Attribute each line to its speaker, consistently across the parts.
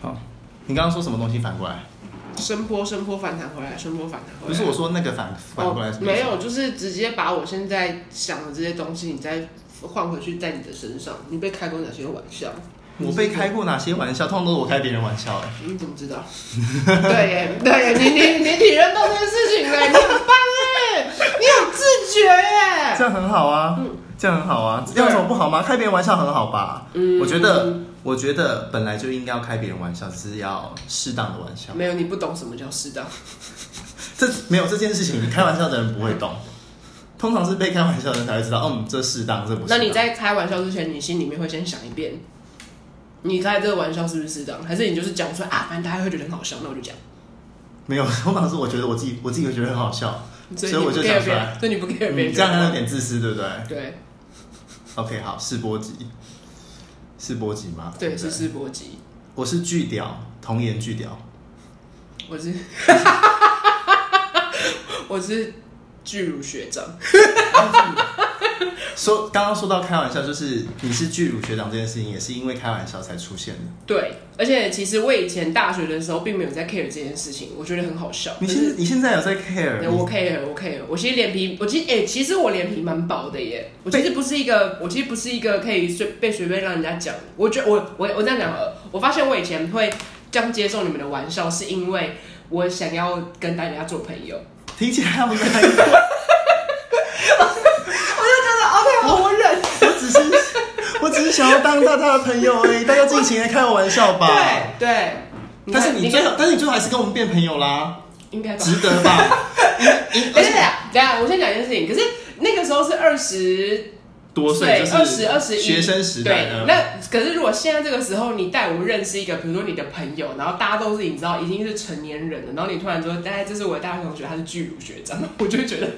Speaker 1: 好，
Speaker 2: 你刚刚说什么东西反过来？
Speaker 3: 声波声波反弹回来，声波反弹回来。
Speaker 2: 不是我说那个反反过来
Speaker 3: 哦
Speaker 2: 是、
Speaker 3: 没有，，就是直接把我现在想的这些东西，你再换回去在你的身上。你被开过哪些玩笑？
Speaker 2: 我被开过哪些玩笑？通常都是我开别人玩笑哎、
Speaker 3: 你怎么知道？对耶，对耶，你你你体认到这件事情了，你很棒哎，你很自觉哎
Speaker 2: 这。样很好啊，这样很好啊，这样有什么不好吗？开别人玩笑很好吧？
Speaker 3: 嗯
Speaker 2: 我觉得，我觉得本来就应该要开别人玩笑，只是要适当的玩笑。
Speaker 3: 没有，你不懂什么叫适当。
Speaker 2: 这没有这件事情，开玩笑的人不会懂，通常是被开玩笑的人才会知道，嗯，这适当，这不适
Speaker 3: 那
Speaker 2: 当。
Speaker 3: 你在开玩笑之前，你心里面会先想一遍，你开这个玩笑是不是适当？还是你就是讲出来啊，反正大家会觉得很好笑，那我就讲。
Speaker 2: 没有，通常是我觉得我自己，我自己会觉得很好笑，所以
Speaker 3: 你不
Speaker 2: 我就
Speaker 3: care
Speaker 2: 讲出
Speaker 3: 别
Speaker 2: 来。
Speaker 3: 人，所以你不 care 别人
Speaker 2: 嗯，
Speaker 3: 觉得好笑，
Speaker 2: 这样有点自私，对不对
Speaker 3: 对
Speaker 2: ？OK，好，试播集，试播集吗？
Speaker 3: 对
Speaker 2: 不
Speaker 3: 是世博集，
Speaker 2: 我是巨屌，童颜巨屌，
Speaker 3: 我 是我是巨乳学长。
Speaker 2: 说刚刚说到开玩笑，就是你是巨乳学长这件事情，也是因为开玩笑才出现的。
Speaker 3: 对，而且其实我以前大学的时候并没有在 care 这件事情，我觉得很好笑。
Speaker 2: 你
Speaker 3: 可是
Speaker 2: 现你现在有在 care？你
Speaker 3: 对我 care，我 care，我其实脸皮，我其实哎、其实我脸皮蛮薄的耶。我其实不是一个，我其实不是一个可以随被随便让人家讲。我觉得我我我这样讲好了，我发现我以前会这样接受你们的玩笑，是因为我想要跟大家做朋 友。
Speaker 2: 听起来他们在我
Speaker 3: 真的 OK，我忍。
Speaker 2: 只是我只是想要当大家的朋友而已，大家尽情来开我玩笑吧。
Speaker 3: 对对，你
Speaker 2: 但
Speaker 3: 看
Speaker 2: 是你
Speaker 3: 你
Speaker 2: 最
Speaker 3: 看
Speaker 2: 后，但是你最后还是跟我们变朋友啦，
Speaker 3: 应该吧？
Speaker 2: 值得吧？
Speaker 3: 等一下，等一下，我先讲一件事情。可是那个时候是二十
Speaker 2: 多岁
Speaker 3: 对，
Speaker 2: 就是
Speaker 3: 二十二十一
Speaker 2: 学生时代
Speaker 3: 对
Speaker 2: 的，
Speaker 3: 那可是如果现在这个时候，你带我们认识一个，比如说你的朋友，然后大家都是你知道已经是成年人了，然后你突然说，哎，这是我的大学同学，他是巨乳学长，我就会觉得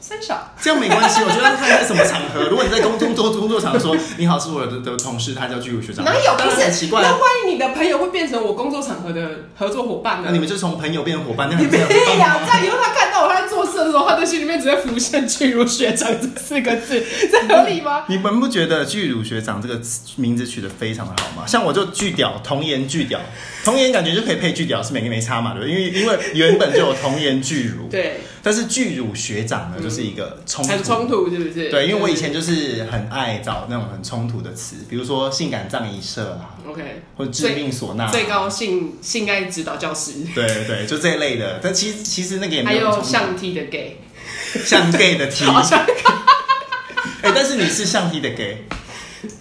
Speaker 3: 三小。
Speaker 2: 这样没关系。我觉得看在什么场合，如果你在工工作工作场说你好是我的的同事，他叫巨乳学长，
Speaker 3: 哪有？
Speaker 2: 当
Speaker 3: 不
Speaker 2: 然很
Speaker 3: 是，
Speaker 2: 奇怪
Speaker 3: 那
Speaker 2: 啊。
Speaker 3: 万一你的朋友会变成我工作场合的合作伙伴呢？
Speaker 2: 那你们就从朋友变伙伴，那
Speaker 3: 你
Speaker 2: 很
Speaker 3: 别
Speaker 2: 这
Speaker 3: 呀！
Speaker 2: 样很
Speaker 3: 这
Speaker 2: 棒啊
Speaker 3: 样以后他看到我在做事的时候，他的心里面只会浮现“巨乳学长”这四个字，这合理吗？
Speaker 2: 你们不觉得“巨乳学长”这个词名字取得非常的好吗？像我就巨屌，童颜巨屌，童颜感觉就可以配巨屌，是每个没差嘛，对不对？因为因为原本就有童颜巨乳，
Speaker 3: 对，
Speaker 2: 但是巨乳学长呢，就是一个冲突，
Speaker 3: 很冲突，是不是？
Speaker 2: 对，因为我以前就是很爱找那种很冲突的词，比如说性感葬仪社啊，
Speaker 3: OK，
Speaker 2: 或者致命唢呐、啊
Speaker 3: 最，高性性爱指导教师，
Speaker 2: 对对对，就这一类的。但其实其实那个也
Speaker 3: 还
Speaker 2: 没有
Speaker 3: 有
Speaker 2: 很冲
Speaker 3: 上 T 的 gay，
Speaker 2: 突像 gay 的 T，
Speaker 3: 好
Speaker 2: 哎、
Speaker 3: 像
Speaker 2: 但是你是像 T 的 gay，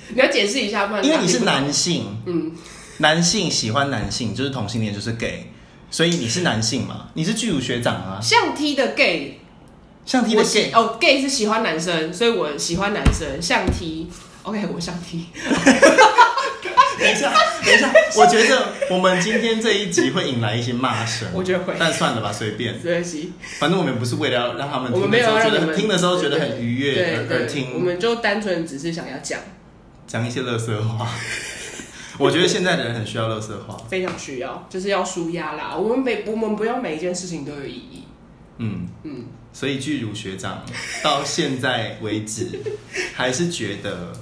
Speaker 3: 你要解释一下，不然
Speaker 2: 因为你是
Speaker 3: 大家
Speaker 2: 男性，
Speaker 3: 听不懂，嗯，
Speaker 2: 男性喜欢男性就是同性恋就是 gay，所以你是男性嘛，你是巨乳学长啊，
Speaker 3: 像 T 的 gay，
Speaker 2: 像 T
Speaker 3: 我
Speaker 2: 的
Speaker 3: 喜
Speaker 2: gay，
Speaker 3: 哦 gay 是 喜欢男生，所以我喜欢男生，像 T，OK，我像 T，
Speaker 2: 等一下，等一下，我觉得我们今天这一集会引来一些骂声，
Speaker 3: 我觉得会
Speaker 2: 但算了吧，随便，
Speaker 3: 没关系，
Speaker 2: 反正我们不是为了要让他们
Speaker 3: 我
Speaker 2: 听
Speaker 3: 们没
Speaker 2: 的时
Speaker 3: 有
Speaker 2: 候
Speaker 3: 要
Speaker 2: 觉
Speaker 3: 让
Speaker 2: 得
Speaker 3: 你
Speaker 2: 很
Speaker 3: 们
Speaker 2: 听的时候觉得很愉悦
Speaker 3: 对，
Speaker 2: 而而
Speaker 3: 对，我
Speaker 2: 听
Speaker 3: 们就单纯只是想要讲，
Speaker 2: 讲一些乐色话。 我觉得现在的人很需要乐色话，
Speaker 3: 非常需要，就是要舒压啦，我们每我们不要每一件事情都有意义，
Speaker 2: 嗯，
Speaker 3: 嗯，
Speaker 2: 所以巨乳学长到现在为止 还是觉得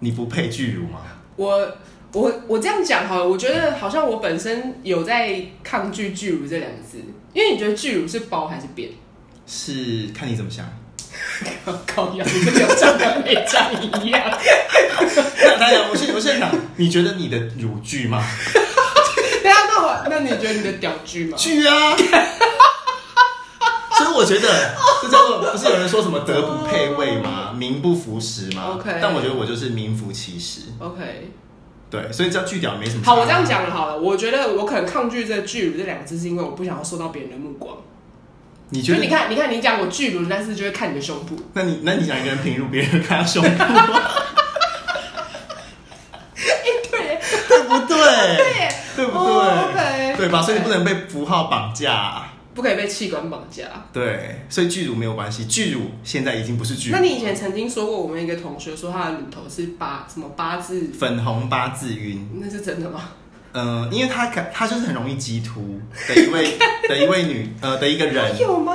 Speaker 2: 你不配巨乳吗？
Speaker 3: 我。我我这样讲好了，我觉得好像我本身有在抗拒“巨乳”这两个字，因为你觉得“巨乳”是包还是扁？
Speaker 2: 是看你怎么想。
Speaker 3: 靠腰，你这个长得跟内脏一样。
Speaker 2: 那当然，我现我现场，你觉得你的乳巨吗？
Speaker 3: 对啊，那我那你觉得你的屌剧吗？
Speaker 2: 巨啊！ 所以我觉得，就叫做不是有人说什么德不配位吗？名不符实吗
Speaker 3: OK
Speaker 2: 但我觉得我就是名副其实。
Speaker 3: OK，
Speaker 2: 对，所以叫巨屌没什么。
Speaker 3: 好，我这样，讲了好了。我觉得我可能抗拒这“巨乳”这两个字，是因为我不想要受到别人的目光。
Speaker 2: 你觉
Speaker 3: 就
Speaker 2: 得？
Speaker 3: 你，看，你看，你讲我巨乳，但是就会看你的胸部。
Speaker 2: 那你那你想一个人评论别人看他胸部吗，
Speaker 3: 哎对耶，
Speaker 2: 对不
Speaker 3: 对
Speaker 2: 对？
Speaker 3: 耶，
Speaker 2: 对不对？
Speaker 3: 哦，OK
Speaker 2: 对吧？所以你
Speaker 3: OK
Speaker 2: 不能被符号绑架、
Speaker 3: 不可以被器官绑架。
Speaker 2: 对，所以巨乳没有关系，巨乳现在已经不是巨乳
Speaker 3: 那。你以前曾经说过，我们一个同学说他的乳头是八什么八字，
Speaker 2: 粉红八字晕，
Speaker 3: 那是真的吗？
Speaker 2: 呃，因为她感她就是很容易激突的一 位的一位女呃的一个人，
Speaker 3: 有吗？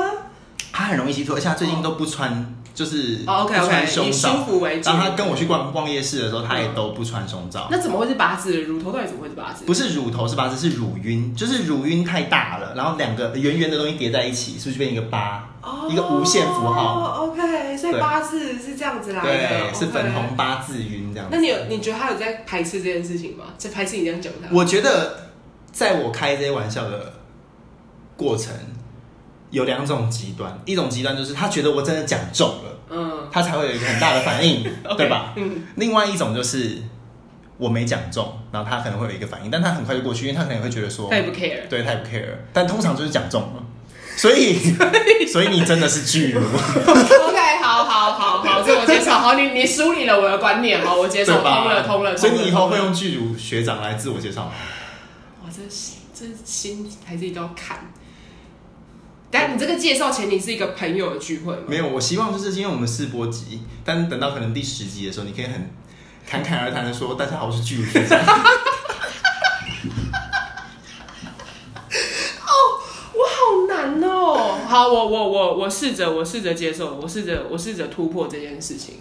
Speaker 2: 她很容易激突，而且她最近都不穿就是不
Speaker 3: 哦，OK，OK，
Speaker 2: 穿胸
Speaker 3: 以
Speaker 2: 罩
Speaker 3: 舒服为主
Speaker 2: 然后他跟我去逛逛夜市的时候，他也都不穿胸罩。
Speaker 3: 那怎么会是八字？乳头到底怎么会是八字？
Speaker 2: 不是乳头是八字，是乳晕，就是乳晕太大了，然后两个圆圆的东西叠在一起，是不是就变一个八、
Speaker 3: 哦
Speaker 2: 一个无限符号。
Speaker 3: 哦，OK，所以
Speaker 2: 对
Speaker 3: 八字是这样子来的，
Speaker 2: 对，是哦
Speaker 3: OK
Speaker 2: 粉红。八字晕这样子。
Speaker 3: 那你有你觉得他有在排斥这件事情吗？在排斥你这样讲他？
Speaker 2: 我觉得，在我开这些玩笑的过程，有两种极端，一种极端就是他觉得我真的讲中了，
Speaker 3: 嗯，
Speaker 2: 他才会有一个很大的反 应
Speaker 3: OK，
Speaker 2: 对吧？
Speaker 3: 嗯，
Speaker 2: 另外一种就是我没讲中，然后他可能会有一个反应，但他很快就过去，因为他可能会觉得说
Speaker 3: 他，也不 care。
Speaker 2: 对他也不 care，但通常就是讲中了，所 以所以你真的是巨乳，
Speaker 3: OK，好好好好，这我接受。好，你你梳理了我的观念，好，我接受，
Speaker 2: 对
Speaker 3: 通
Speaker 2: 吧？
Speaker 3: 了通了。
Speaker 2: 所以你以后会
Speaker 3: 通了
Speaker 2: 用巨乳学长来自我介绍吗？
Speaker 3: 哇，这是这心还是一道坎。但你这个介绍前提是一个朋友的聚会吗？
Speaker 2: 没有，我希望就是因为我们试播集，但等到可能第十集的时候，你可以很侃侃而谈的说：“大家好，我是巨乳学长。
Speaker 3: 好难哦。好，我我我我试着我试着接受，我试着我试着突破这件事情。”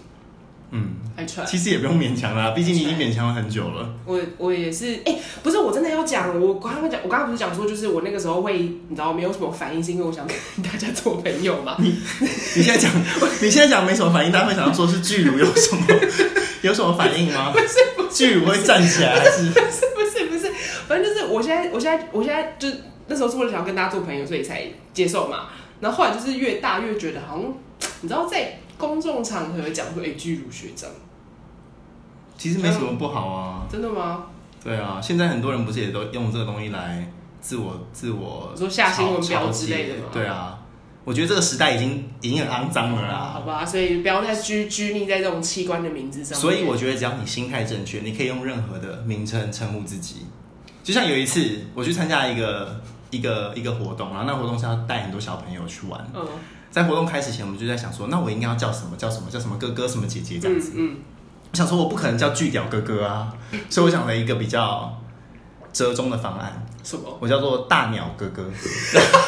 Speaker 2: 嗯，
Speaker 3: I try。
Speaker 2: 其实也不用勉强啦，毕竟你已经勉强了很久了。
Speaker 3: 我我也是，哎、不是，我真的要讲，我刚刚讲，我刚刚不是讲说，就是我那个时候会，你知道没有什么反应，是因为我想跟大家做朋友嘛。
Speaker 2: 你现在讲，你现在讲没什么反应，大家会想要说是巨乳有什么有什么反应吗
Speaker 3: 不？是不是
Speaker 2: 巨乳会站起来还是？
Speaker 3: 不是不是不是，反正就是我现在我现在我现在就是那时候是为了想要跟大家做朋友，所以才接受嘛。然后后来就是越大越觉得好像，你知道在公众场合讲说，哎、巨乳学长，
Speaker 2: 其实没什么不好啊。
Speaker 3: 真的吗？
Speaker 2: 对啊，现在很多人不是也都用这个东西来自我自我
Speaker 3: 你说下新闻标
Speaker 2: 调
Speaker 3: 之类的吗
Speaker 2: 对啊，我觉得这个时代已经已经很肮脏了
Speaker 3: 啊好
Speaker 2: 啦。
Speaker 3: 吧，所以不要再拘拘泥在这种器官的名字上面。
Speaker 2: 所以我觉得只要你心态正确，你可以用任何的名称称呼自己。就像有一次我去参加一个一个一个活动，然后那活动是要带很多小朋友去玩。
Speaker 3: 嗯
Speaker 2: 在活动开始前，我们就在想说，那我应该要叫什么叫什么叫什么哥哥什么姐姐这样
Speaker 3: 嗯
Speaker 2: 子。
Speaker 3: 嗯，
Speaker 2: 我想说我不可能叫巨屌哥哥啊，所以我想了一个比较折中的方案，
Speaker 3: 什么？
Speaker 2: 我叫做大鸟哥哥。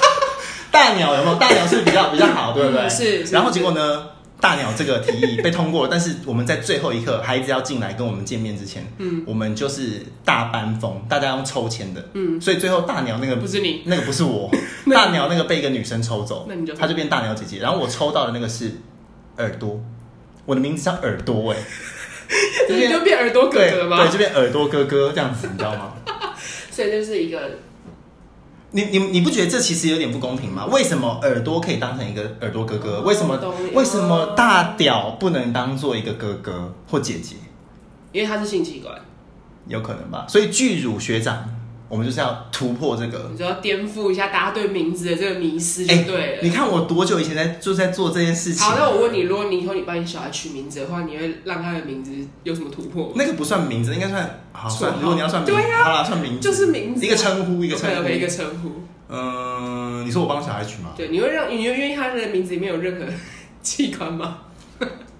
Speaker 2: 大鸟有没有？大鸟是比较比较好，对不对？
Speaker 3: 嗯是是
Speaker 2: 然后结果呢？大鸟这个提议被通过，但是我们在最后一刻，孩子要进来跟我们见面之前，嗯，我们就是大班风，大家用抽签的，嗯，所以最后大鸟那个
Speaker 3: 不是你，
Speaker 2: 那个不是 我，大鸟那个被一个女生抽走，
Speaker 3: 那你就
Speaker 2: 她就变大鸟姐姐，然后我抽到的那个是耳朵，我的名字叫耳朵、哎，就
Speaker 3: 你
Speaker 2: 变
Speaker 3: 就变耳朵哥
Speaker 2: 对
Speaker 3: 哥吗？
Speaker 2: 对，就变耳朵哥哥这样子，你知道吗？
Speaker 3: 所以就是一个
Speaker 2: 你你你不觉得这其实有点不公平吗？为什么耳朵可以当成一个耳朵哥哥？
Speaker 3: 哦
Speaker 2: 为什么
Speaker 3: 懂了
Speaker 2: 为什么大屌不能当做一个哥哥或姐姐？
Speaker 3: 因为他是性器官，
Speaker 2: 有可能吧？所以巨乳学长，我们就是要突破这个。
Speaker 3: 你就要颠覆一下大家对名字的这个迷失就
Speaker 2: 哎
Speaker 3: 对了。
Speaker 2: 你看我多久以前在就在做这件事情？
Speaker 3: 好，那我问你，如果你以后你帮你小孩取名字的话，你会让他的名字有什么突破吗？
Speaker 2: 那个不算名字，应该算好
Speaker 3: 绰号
Speaker 2: 算。如果你要算名，
Speaker 3: 对啊
Speaker 2: 呀、好啦，算名字，
Speaker 3: 就是名字啊
Speaker 2: 一个称呼，一个称
Speaker 3: OK，OK，
Speaker 2: 呼，
Speaker 3: 一个称呼。
Speaker 2: 嗯、你说我帮小孩取吗？
Speaker 3: 对，你会让你会愿意他的名字里面有任何器官吗？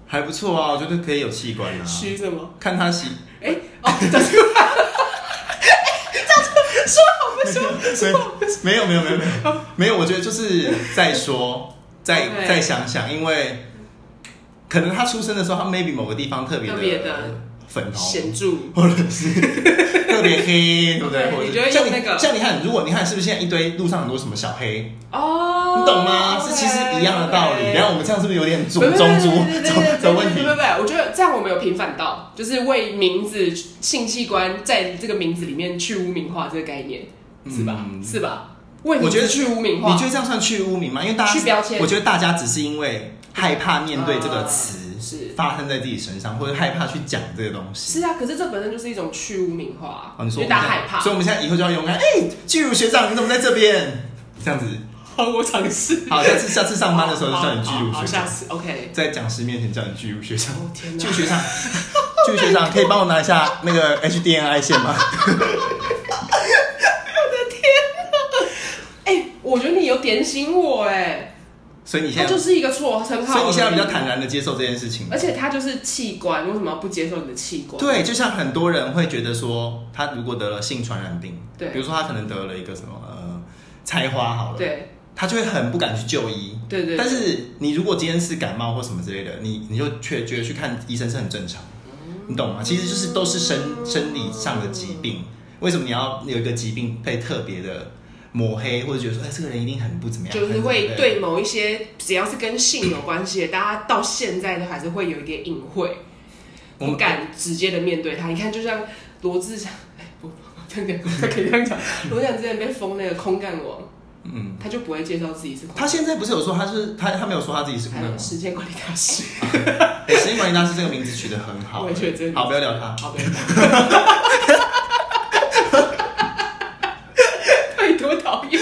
Speaker 2: 还不错啊，我觉得可以有器官啊。
Speaker 3: 虚什么？
Speaker 2: 看他喜，
Speaker 3: 哎、哦，讲出来了，哎，讲出说好不说？
Speaker 2: 所以没有没有没有没有没有，我觉得就是再说，再
Speaker 3: OK
Speaker 2: 再想想，因为可能他出生的时候，他 maybe 某个地方特别
Speaker 3: 特别的
Speaker 2: 粉红，
Speaker 3: 显著。
Speaker 2: 或者是特别黑，对不对？
Speaker 3: 对
Speaker 2: 或
Speaker 3: 你觉
Speaker 2: 者
Speaker 3: 得
Speaker 2: 是像
Speaker 3: 用那个
Speaker 2: 像你看，如果你看是不是现在一堆路上很多什么小黑，
Speaker 3: 哦，
Speaker 2: 你懂吗？是其实一样的道理。
Speaker 3: OK
Speaker 2: 然后我们这样是不是有点
Speaker 3: 不
Speaker 2: 种
Speaker 3: 不不
Speaker 2: 种族
Speaker 3: 对对对对
Speaker 2: 种
Speaker 3: 对
Speaker 2: 的问题
Speaker 3: 不？不不，我觉得这样我们有平反到，就是为名字性器官在这个名字里面去污名化这个概念，是吧？
Speaker 2: 嗯
Speaker 3: 是吧？为
Speaker 2: 我觉得
Speaker 3: 名字去污名化，
Speaker 2: 你觉得这样算去污名吗？因为大家
Speaker 3: 去标签
Speaker 2: 我觉得大家只是因为害怕面对这个词
Speaker 3: 啊是
Speaker 2: 发生在自己身上，或者害怕去讲这个东西。
Speaker 3: 是啊，可是这本身就是一种去污名化，
Speaker 2: 哦，你
Speaker 3: 因
Speaker 2: 说
Speaker 3: 为
Speaker 2: 我们现
Speaker 3: 大家
Speaker 2: 在
Speaker 3: 害怕
Speaker 2: 所。以我们现在以后就要勇敢。哎、巨乳学长，你怎么在这边？这样子，
Speaker 3: 好，我尝试。
Speaker 2: 好，下次下次上班的时候就叫你巨乳
Speaker 3: 好好好
Speaker 2: 学
Speaker 3: 下
Speaker 2: 长，
Speaker 3: 次 OK。
Speaker 2: 在讲师面前叫你巨乳学长。
Speaker 3: 哦天哪
Speaker 2: 巨乳学长，巨乳学长，可以帮我拿一下那个 HDMI 线吗？
Speaker 3: 哎、我觉得你有点醒我哎、
Speaker 2: 所以你
Speaker 3: 它
Speaker 2: 现在，
Speaker 3: 就是一个绰称号，
Speaker 2: 所以你现在比较，坦然的接受这件事情
Speaker 3: 而。且它就是器官，为什么要不接受你的器官？
Speaker 2: 对，就像很多人会觉得说，他如果得了性传染病，
Speaker 3: 对
Speaker 2: 比如说他可能得了一个什么呃菜花好了，
Speaker 3: 对，
Speaker 2: 他就会很不敢去就医。
Speaker 3: 对对对
Speaker 2: 但是你如果今天是感冒或什么之类的，你你就却觉得去看医生是很正常，
Speaker 3: 嗯
Speaker 2: 你懂吗？其实就是都是生生理上的疾病，为什么你要有一个疾病被特别的抹黑，或者觉得说，哎，这个人一定很不怎么样，
Speaker 3: 就是
Speaker 2: 很怎么
Speaker 3: 会
Speaker 2: 样
Speaker 3: 对某一些只要是跟性有关系的，大家到现在都还是会有一点隐晦，
Speaker 2: 我
Speaker 3: 不
Speaker 2: 们
Speaker 3: 敢直接的面对他。你看，就像罗志祥，哎，我我真的可以这样讲，罗志祥之前被封那个空干王，
Speaker 2: 嗯，
Speaker 3: 他就不会介绍自己是空
Speaker 2: 他现在不是有说他是他他没有说他自己是姑
Speaker 3: 还
Speaker 2: 娘
Speaker 3: 有
Speaker 2: 吗？
Speaker 3: 时间管理大师，
Speaker 2: 哎，时间管理大师这个名字取得很好，
Speaker 3: 我也觉得真的
Speaker 2: 好，不要聊 他。
Speaker 3: 好的，太多讨厌，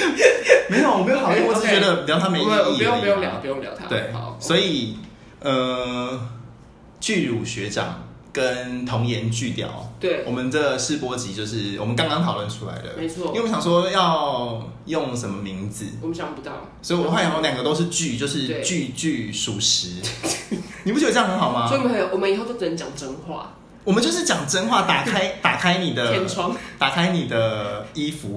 Speaker 2: 没有，我没有讨厌，我只是觉得聊他没意义
Speaker 3: 我们
Speaker 2: 而已啊。
Speaker 3: 不用不用聊，不用聊他，
Speaker 2: 对
Speaker 3: 好，，
Speaker 2: 所以呃，巨乳学长跟童颜巨屌，
Speaker 3: 对，
Speaker 2: 我们这试播集就是我们刚刚讨论出来的，
Speaker 3: 没错
Speaker 2: 因为我们想说要用什么名字，
Speaker 3: 我们想不到，
Speaker 2: 所以我幻想两个都是巨，就是
Speaker 3: 对
Speaker 2: 巨巨属实， 你不觉得这样很好吗
Speaker 3: 所以？我们很有我们以后都只能讲真话，
Speaker 2: 我们就是讲真话，打 开打开你的
Speaker 3: 天窗。
Speaker 2: 打开你的衣服，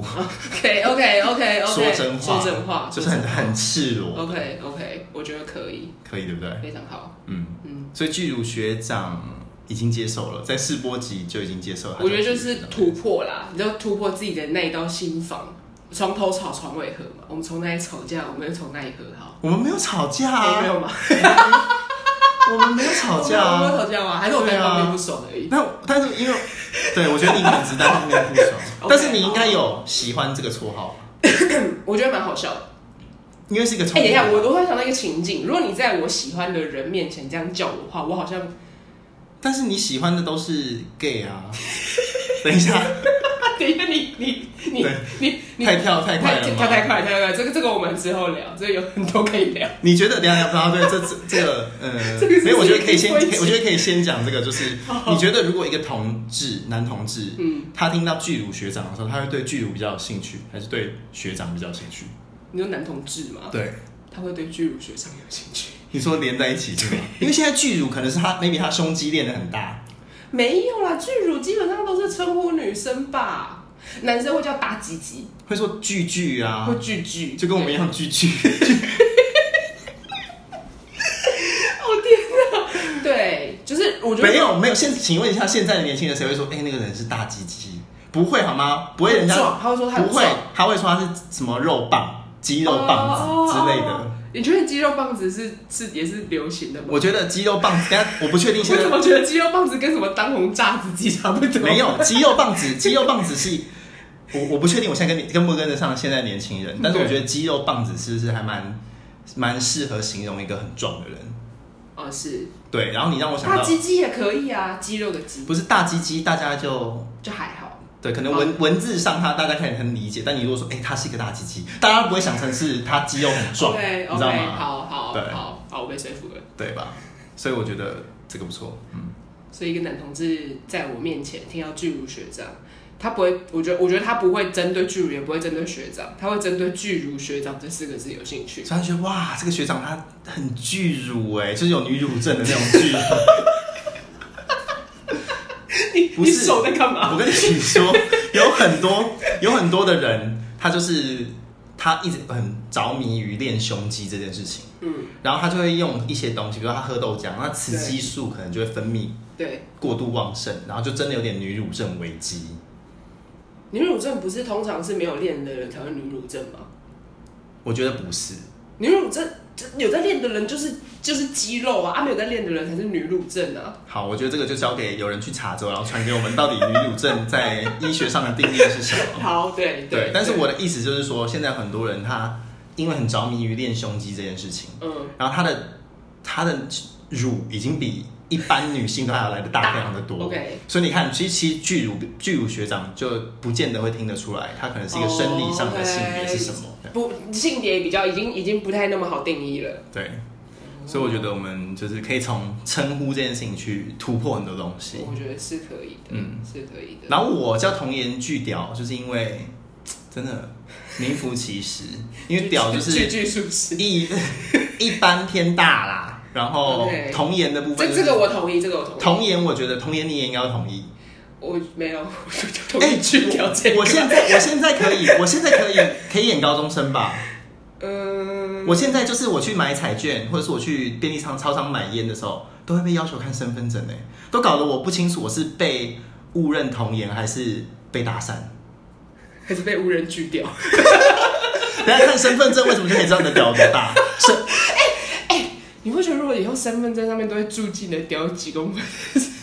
Speaker 3: OK OK OK OK，
Speaker 2: 说真话，
Speaker 3: 说真话，
Speaker 2: 就是很很赤裸，
Speaker 3: OK OK，我觉得可以，
Speaker 2: 可以对不对？
Speaker 3: 非常好。
Speaker 2: 嗯。
Speaker 3: 嗯，
Speaker 2: 所以巨乳学长已经接受了，在试播集就已经接受了。
Speaker 3: 我觉得就是
Speaker 2: 他
Speaker 3: 突破啦，你就突破自己的那一道心防，床头吵床尾和嘛。我们从那里吵架，我们就从那里和好。
Speaker 2: 我们没有吵架
Speaker 3: 哎没
Speaker 2: 啊，
Speaker 3: 有吗？
Speaker 2: 我们没有吵架
Speaker 3: 我们有
Speaker 2: 啊。
Speaker 3: 吵架吗？还是我
Speaker 2: 对
Speaker 3: 在
Speaker 2: 啊
Speaker 3: 旁边不爽而已？
Speaker 2: 那但是因为，对我觉得你可能只单方面不 爽
Speaker 3: OK，
Speaker 2: 但是你应该有喜欢这个绰号，
Speaker 3: 我觉得蛮好笑的。
Speaker 2: 因为是一个
Speaker 3: 哎，
Speaker 2: 冲
Speaker 3: 等一下，
Speaker 2: 突。
Speaker 3: 我我会想到一个情境，如果你在我喜欢的人面前这样叫我的话，我好像啊
Speaker 2: 但是你喜欢的都是 gay 啊。等一下，
Speaker 3: 等一下，你你你
Speaker 2: 对
Speaker 3: 你你
Speaker 2: 太跳太快了
Speaker 3: 太
Speaker 2: 吗
Speaker 3: 跳太快，太快！这个这个我们之后 聊，这个有很多可以聊。
Speaker 2: 你觉得？等一下，等一下，对，这这这个，呃，
Speaker 3: 这个是
Speaker 2: 没有，我觉得可以先，
Speaker 3: 不会
Speaker 2: 我觉得可以先讲这个， 就是你觉得如果一个同志男同志，
Speaker 3: 嗯，
Speaker 2: 他听到巨乳学长的时候，他会对巨乳比较有兴趣，还是对学长比较有兴趣？
Speaker 3: 你说男同志嘛，
Speaker 2: 对，
Speaker 3: 他会对巨乳学长有兴趣？
Speaker 2: 你说连在一起是吗？ 因为现在巨乳可能是他，maybe 他胸肌练得很大，
Speaker 3: 没有啦，巨乳基本上都是称呼女生吧，男生会叫大鸡鸡，
Speaker 2: 会说巨巨啊
Speaker 3: 会，巨巨，
Speaker 2: 就跟我们一样巨巨。
Speaker 3: 对。对，就是我觉得哦
Speaker 2: 没有没有，现请问一下，现在的年轻人谁会说，哎、那个人是大鸡鸡？不会好吗？不会人
Speaker 3: 很
Speaker 2: 家
Speaker 3: 壮他会说他很
Speaker 2: 不会
Speaker 3: 壮，
Speaker 2: 他会说他是什么肉棒、肌肉棒子之类的。
Speaker 3: 哦哦哦你觉得肌肉棒子是是也是流行的吗？
Speaker 2: 我觉得肌肉棒，等一下我不确定
Speaker 3: 我
Speaker 2: 现在
Speaker 3: 怎么觉得肌肉棒子跟什么当红炸子鸡差不多？
Speaker 2: 没有肌肉棒子，肌肉棒子是，我我不确定我现在跟你跟不跟得上现在年轻人，但是我觉得肌肉棒子是不是还蛮蛮适合形容一个很壮的人？
Speaker 3: 哦，是
Speaker 2: 对，然后你让我想
Speaker 3: 大
Speaker 2: 到，
Speaker 3: 鸡鸡也可以啊，肌肉的肌
Speaker 2: 不是大鸡鸡，大家就
Speaker 3: 就还好。
Speaker 2: 对，可能文、文字上他大家可以很理解，但你如果说哎、他是一个大鸡鸡，大家不会想成是他肌肉很壮
Speaker 3: OK
Speaker 2: 你知道
Speaker 3: OK，
Speaker 2: 吗？
Speaker 3: 好好
Speaker 2: 对
Speaker 3: 好好，我被说服了。
Speaker 2: 对吧？所以我觉得这个不错，嗯，
Speaker 3: 所以一个男同志在我面前听到巨乳学长，他不会，我觉得，我觉得他不会针对巨乳，也不会针对学长，他会针对巨乳学长这四个字有兴趣。
Speaker 2: 所以他觉得哇，这个学长他很巨乳哎、就是有女乳症的那种 巨乳。
Speaker 3: 你
Speaker 2: 不
Speaker 3: 你
Speaker 2: 是
Speaker 3: 手在干嘛？
Speaker 2: 我跟你说，有很多有很多的人，他就是他一直很着迷于练胸肌这件事情，
Speaker 3: 嗯，
Speaker 2: 然后他就会用一些东西，比如说他喝豆浆，那雌激素可能就会分泌
Speaker 3: 对，
Speaker 2: 过度旺盛，然后就真的有点女乳症危机。
Speaker 3: 女乳症不是通常是没有练的人才会女乳症吗？
Speaker 2: 我觉得不是，
Speaker 3: 女乳症这有在练的人就是就是肌肉啊，啊没有在练的人才是女乳症啊。
Speaker 2: 好，我觉得这个就交给有人去查之后，然后传给我们到底女乳症在医学上的定义是什么。
Speaker 3: 好，对
Speaker 2: 对，但是
Speaker 3: 对
Speaker 2: 我的意思就是说，现在很多人他因为很着迷于练胸肌这件事情。
Speaker 3: 嗯，
Speaker 2: 然后她的她的乳已经比一般女性都还要来的大非常的多。
Speaker 3: OK
Speaker 2: 所以你看，其实其实巨乳巨乳学长就不见得会听得出来，他可能是一个生理上的性别是什么。
Speaker 3: 哦不性别比较已经已经不太那么好定义了。
Speaker 2: 对，所以我觉得我们就是可以从称呼这件事情去突破很多东西。
Speaker 3: 我觉得是可以的，
Speaker 2: 嗯
Speaker 3: 是可以的。
Speaker 2: 然后我叫童颜巨屌，就是因为真的名副其实，因为屌就是
Speaker 3: 句句属实。
Speaker 2: 一一般偏大啦，然后
Speaker 3: OK
Speaker 2: 童颜的部分
Speaker 3: 这
Speaker 2: 就是
Speaker 3: 这个我同意，这个我同意。
Speaker 2: 童颜，我觉得童颜你也应该要同意。
Speaker 3: 我没有，我就同
Speaker 2: 哎
Speaker 3: 意去聊这个。
Speaker 2: 我现在我现在可以，我现在可以可以演高中生吧？
Speaker 3: 嗯、
Speaker 2: 我现在就是我去买彩券，或者是我去便利商超商买烟的时候，都会被要求看身份证诶、欸都搞得我不清楚我是被误认童颜还是被搭讪。
Speaker 3: 还是被无人拒掉。
Speaker 2: 等一下看身份证为什么就可以知道你的屌有多 大？是
Speaker 3: 你会觉得如果以后身份证上面都会注记你的屌几公分？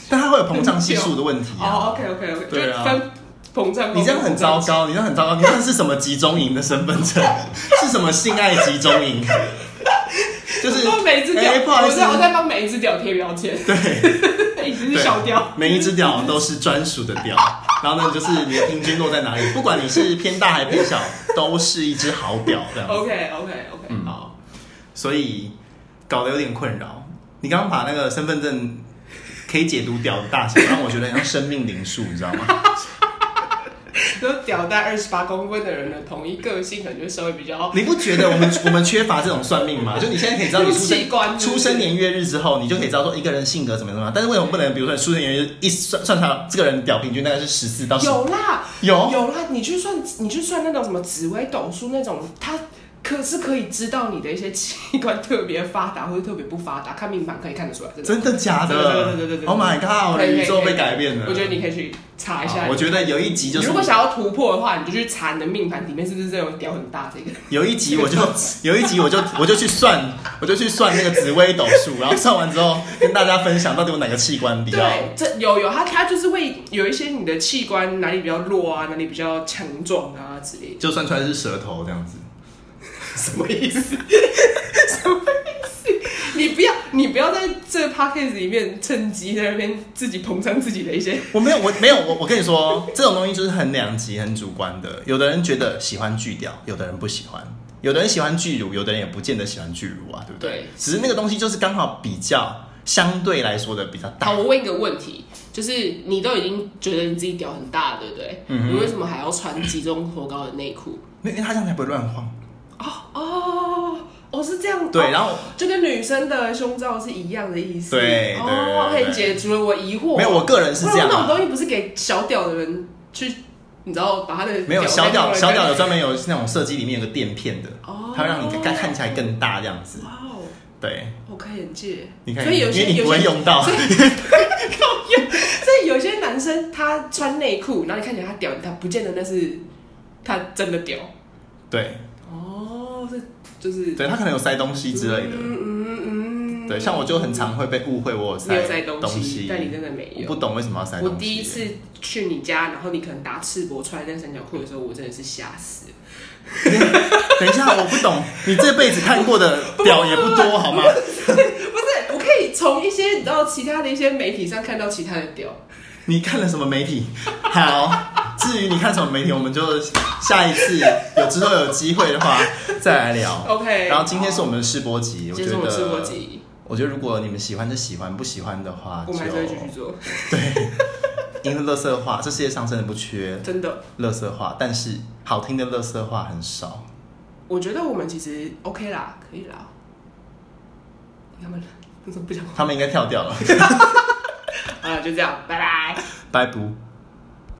Speaker 2: 但它会有膨胀系数的问题啊。
Speaker 3: 哦、o k OK OK，
Speaker 2: 对啊
Speaker 3: 就分膨胀。
Speaker 2: 你这样很糟
Speaker 3: 高。
Speaker 2: 糕，你这样很糟糕。你那是什么集中营的身份证？是什么性爱集中营？就是
Speaker 3: 帮每一只屌，
Speaker 2: 哎不好
Speaker 3: 我
Speaker 2: 意思
Speaker 3: 在，我在帮每一只屌贴标签，
Speaker 2: 对，
Speaker 3: 一直是小屌。
Speaker 2: 对每一只屌都是专属的屌。然后呢，就是你的平均落在哪里，不管你是偏大还偏小，都是一只好屌这样子。
Speaker 3: OK OK OK，、
Speaker 2: 嗯
Speaker 3: 好，
Speaker 2: 所以搞得有点困扰。你刚刚把那个身份证可以解读屌的大小，让我觉得很像生命灵数，你知道吗？
Speaker 3: 就屌带二十八公分的人的同一个性，可能就稍微比较。
Speaker 2: 你不觉得我们我们缺乏这种算命吗？就你现在可以知道你出
Speaker 3: 入器官
Speaker 2: 生
Speaker 3: 是不
Speaker 2: 出
Speaker 3: 是
Speaker 2: 生年月日之后，你就可以知道说一个人性格怎么样怎么样。但是为什么不能，比如说你出生年月日一算算出来，这个人屌平均大概是十四到十？
Speaker 3: 有啦，
Speaker 2: 有
Speaker 3: 有啦，你去算，你去算那种什么紫微斗数那种，它可是可以知道你的一些器官特别发达或者特别不发达，看命盘可以看得出来，真的。
Speaker 2: 真的假
Speaker 3: 对对
Speaker 2: 的
Speaker 3: 对对对对
Speaker 2: ？Oh my god！我
Speaker 3: 可
Speaker 2: 的
Speaker 3: 以
Speaker 2: 宇宙
Speaker 3: 可以
Speaker 2: 被改变了。
Speaker 3: 我觉得你可以去查一下
Speaker 2: 好。我觉得有一集
Speaker 3: 你
Speaker 2: 就是
Speaker 3: 如果想要突破的话，你就去查你的命盘里面是不是这种屌很大这个。
Speaker 2: 有一集我就 有一集我就我就去算，我就去算那个紫微斗数，然后算完之后跟大家分享到底我哪个器官比较。
Speaker 3: 对，这有有，它它就是会有一些你的器官哪里比较弱啊，哪里比较强壮啊之类的。
Speaker 2: 就算出来是舌头这样子，
Speaker 3: 什么意思？ 什么意思？你不要你不要在这 podcast 里面趁机在那边自己膨胀自己的一些。
Speaker 2: 我没有，我没有，我我跟你说，这种东西就是很两极、很主观的。有的人觉得喜欢巨屌，有的人不喜欢，有的人喜欢巨乳，有的人也不见得喜欢巨乳啊，对不对？
Speaker 3: 对
Speaker 2: 只是那个东西就是刚好比较相对来说的比较大
Speaker 3: 好，。我问一个问题，就是你都已经觉得你自己屌很大了，对不对？你为什么还要穿集中脱高的内裤？
Speaker 2: 因为因为他这样才不会乱晃。
Speaker 3: 哦，哦是这样。
Speaker 2: 对，
Speaker 3: 后
Speaker 2: 然后
Speaker 3: 就跟女生的胸罩是一样的意思。
Speaker 2: 对
Speaker 3: 哦，可
Speaker 2: 对对对
Speaker 3: 以解除了我疑惑。
Speaker 2: 没有，我个人是这样、
Speaker 3: 不然那
Speaker 2: 啊
Speaker 3: 种。东西不是给小屌的人去，你知道把他的
Speaker 2: 没有小
Speaker 3: 屌
Speaker 2: 屌，
Speaker 3: 再
Speaker 2: 小屌
Speaker 3: 弄
Speaker 2: 有专门有那种设计，里面有个垫片的，
Speaker 3: 哦
Speaker 2: 它会让你看看起来更大这样子。
Speaker 3: 来哇哦，
Speaker 2: 对，
Speaker 3: 我开眼界。
Speaker 2: 你看，
Speaker 3: 所以有
Speaker 2: 因
Speaker 3: 些
Speaker 2: 为你
Speaker 3: 有
Speaker 2: 不会
Speaker 3: 些
Speaker 2: 用到
Speaker 3: 所，所以有些男生他穿内裤，然后你看起来他屌，他不见得那是他真的屌。
Speaker 2: 对，
Speaker 3: 哦，是就是
Speaker 2: 对，它可能有塞东西之类的。
Speaker 3: 嗯嗯嗯，
Speaker 2: 对，像我就很常会被误会我有
Speaker 3: 你有
Speaker 2: 塞
Speaker 3: 塞东西，
Speaker 2: 西，
Speaker 3: 但你真的没
Speaker 2: 我
Speaker 3: 有
Speaker 2: 不。懂为什么要塞
Speaker 3: 我
Speaker 2: 东西。
Speaker 3: 第一次去你家，然后你可能打赤膊穿那三角裤的时候，我真的是吓死了。
Speaker 2: 等一下，我不懂，你这辈子看过 的屌也不多好吗？
Speaker 3: 不是，我可以从一些你知道其他的一些媒体上看到其他的屌。
Speaker 2: 你看了什么媒体？好，至于你看什么媒体，我们就下一次有之后有机会的话再来聊。
Speaker 3: OK，
Speaker 2: 然后今天是我们的试播集，我
Speaker 3: 今
Speaker 2: 觉
Speaker 3: 天
Speaker 2: 得
Speaker 3: 是我吃过集，
Speaker 2: 我觉得如果你们喜欢就喜欢，不喜欢的话啊就
Speaker 3: 我们还是会继续做，
Speaker 2: 因为乐色话，这世界上真的不缺
Speaker 3: 真的。
Speaker 2: 乐色话，但是好听的乐色话很少。
Speaker 3: 我觉得我们其实 OK 啦，可以啦。他们 为什么不讲话？
Speaker 2: 他们应该跳掉了，
Speaker 3: 好了，就这样，拜拜。
Speaker 2: 拜不。